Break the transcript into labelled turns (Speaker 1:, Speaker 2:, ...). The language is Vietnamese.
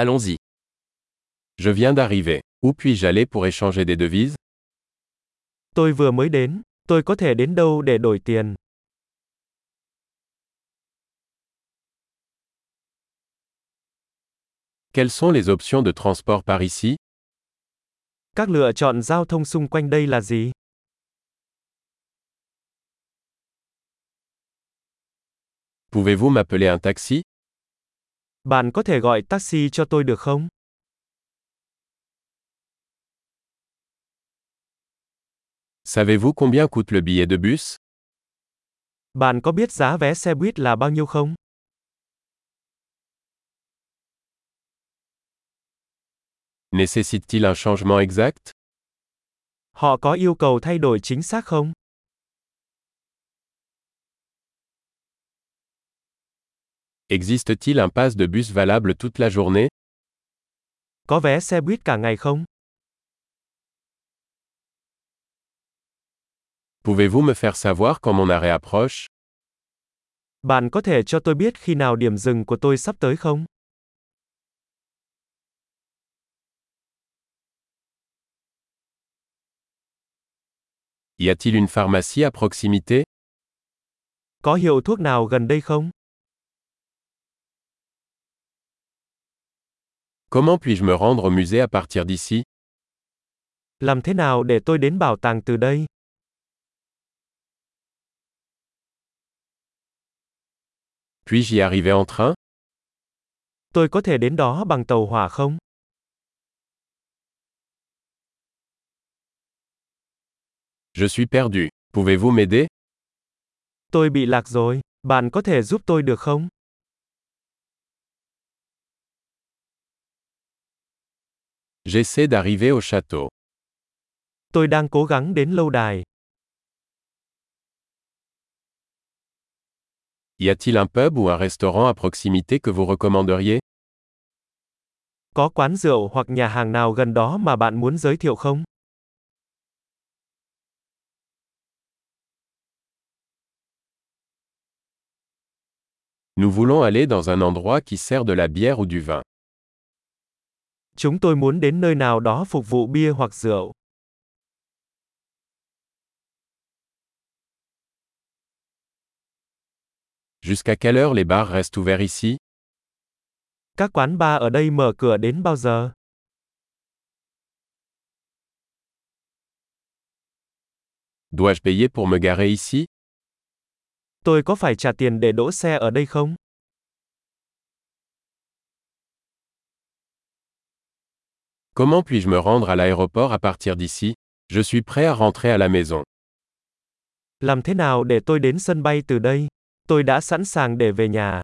Speaker 1: Allons-y. Je viens d'arriver. Où puis-je aller pour échanger des devises
Speaker 2: Tôi vừa mới đến, tôi có thể đến đâu để đổi tiền?
Speaker 1: Quelles sont les options de transport par ici
Speaker 2: Các lựa chọn giao thông xung quanh đây là gì?
Speaker 1: Pouvez-vous m'appeler un taxi
Speaker 2: Bạn có thể gọi taxi cho tôi được không?
Speaker 1: Savez-vous combien coûte le billet de bus
Speaker 2: Bạn có biết giá vé xe buýt là bao nhiêu không?
Speaker 1: Nécessite-t-il un changement exact
Speaker 2: Họ có yêu cầu thay đổi chính xác không?
Speaker 1: Existe-t-il un pass de bus valable toute la journée
Speaker 2: Có vé xe buýt cả ngày không?
Speaker 1: Pouvez-vous me faire savoir quand mon arrêt approche
Speaker 2: Bạn có thể cho tôi biết khi nào điểm dừng của tôi sắp tới không?
Speaker 1: Y a-t-il une pharmacie à proximité
Speaker 2: Có hiệu thuốc nào gần đây không?
Speaker 1: Comment puis-je me rendre au musée à partir d'ici
Speaker 2: Làm thế nào để tôi đến bảo tàng từ đây?
Speaker 1: Puis-je y arriver en train
Speaker 2: Tôi có thể đến đó bằng tàu hỏa không?
Speaker 1: Je suis perdu. Pouvez-vous m'aider
Speaker 2: Tôi bị lạc rồi, bạn có thể giúp tôi được không?
Speaker 1: J'essaie d'arriver au château.
Speaker 2: Tôi đang cố gắng đến lâu đài.
Speaker 1: Y a-t-il un pub ou un restaurant à proximité que vous recommanderiez
Speaker 2: Có quán rượu hoặc nhà hàng nào gần đó mà bạn muốn giới thiệu không?
Speaker 1: Nous voulons aller dans un endroit qui sert de la bière ou du vin.
Speaker 2: Chúng tôi muốn đến nơi nào đó phục vụ bia hoặc rượu.
Speaker 1: Jusqu'à quelle heure les bars restent ouverts ici
Speaker 2: Các quán bar ở đây mở cửa đến bao giờ?
Speaker 1: Dois-je payer pour me garer ici
Speaker 2: Tôi có phải trả tiền để đỗ xe ở đây không?
Speaker 1: Comment puis-je me rendre à l'aéroport à partir d'ici Je suis prêt à rentrer à la maison.
Speaker 2: Làm thế nào để tôi đến sân bay từ đây? Tôi đã sẵn sàng để về nhà.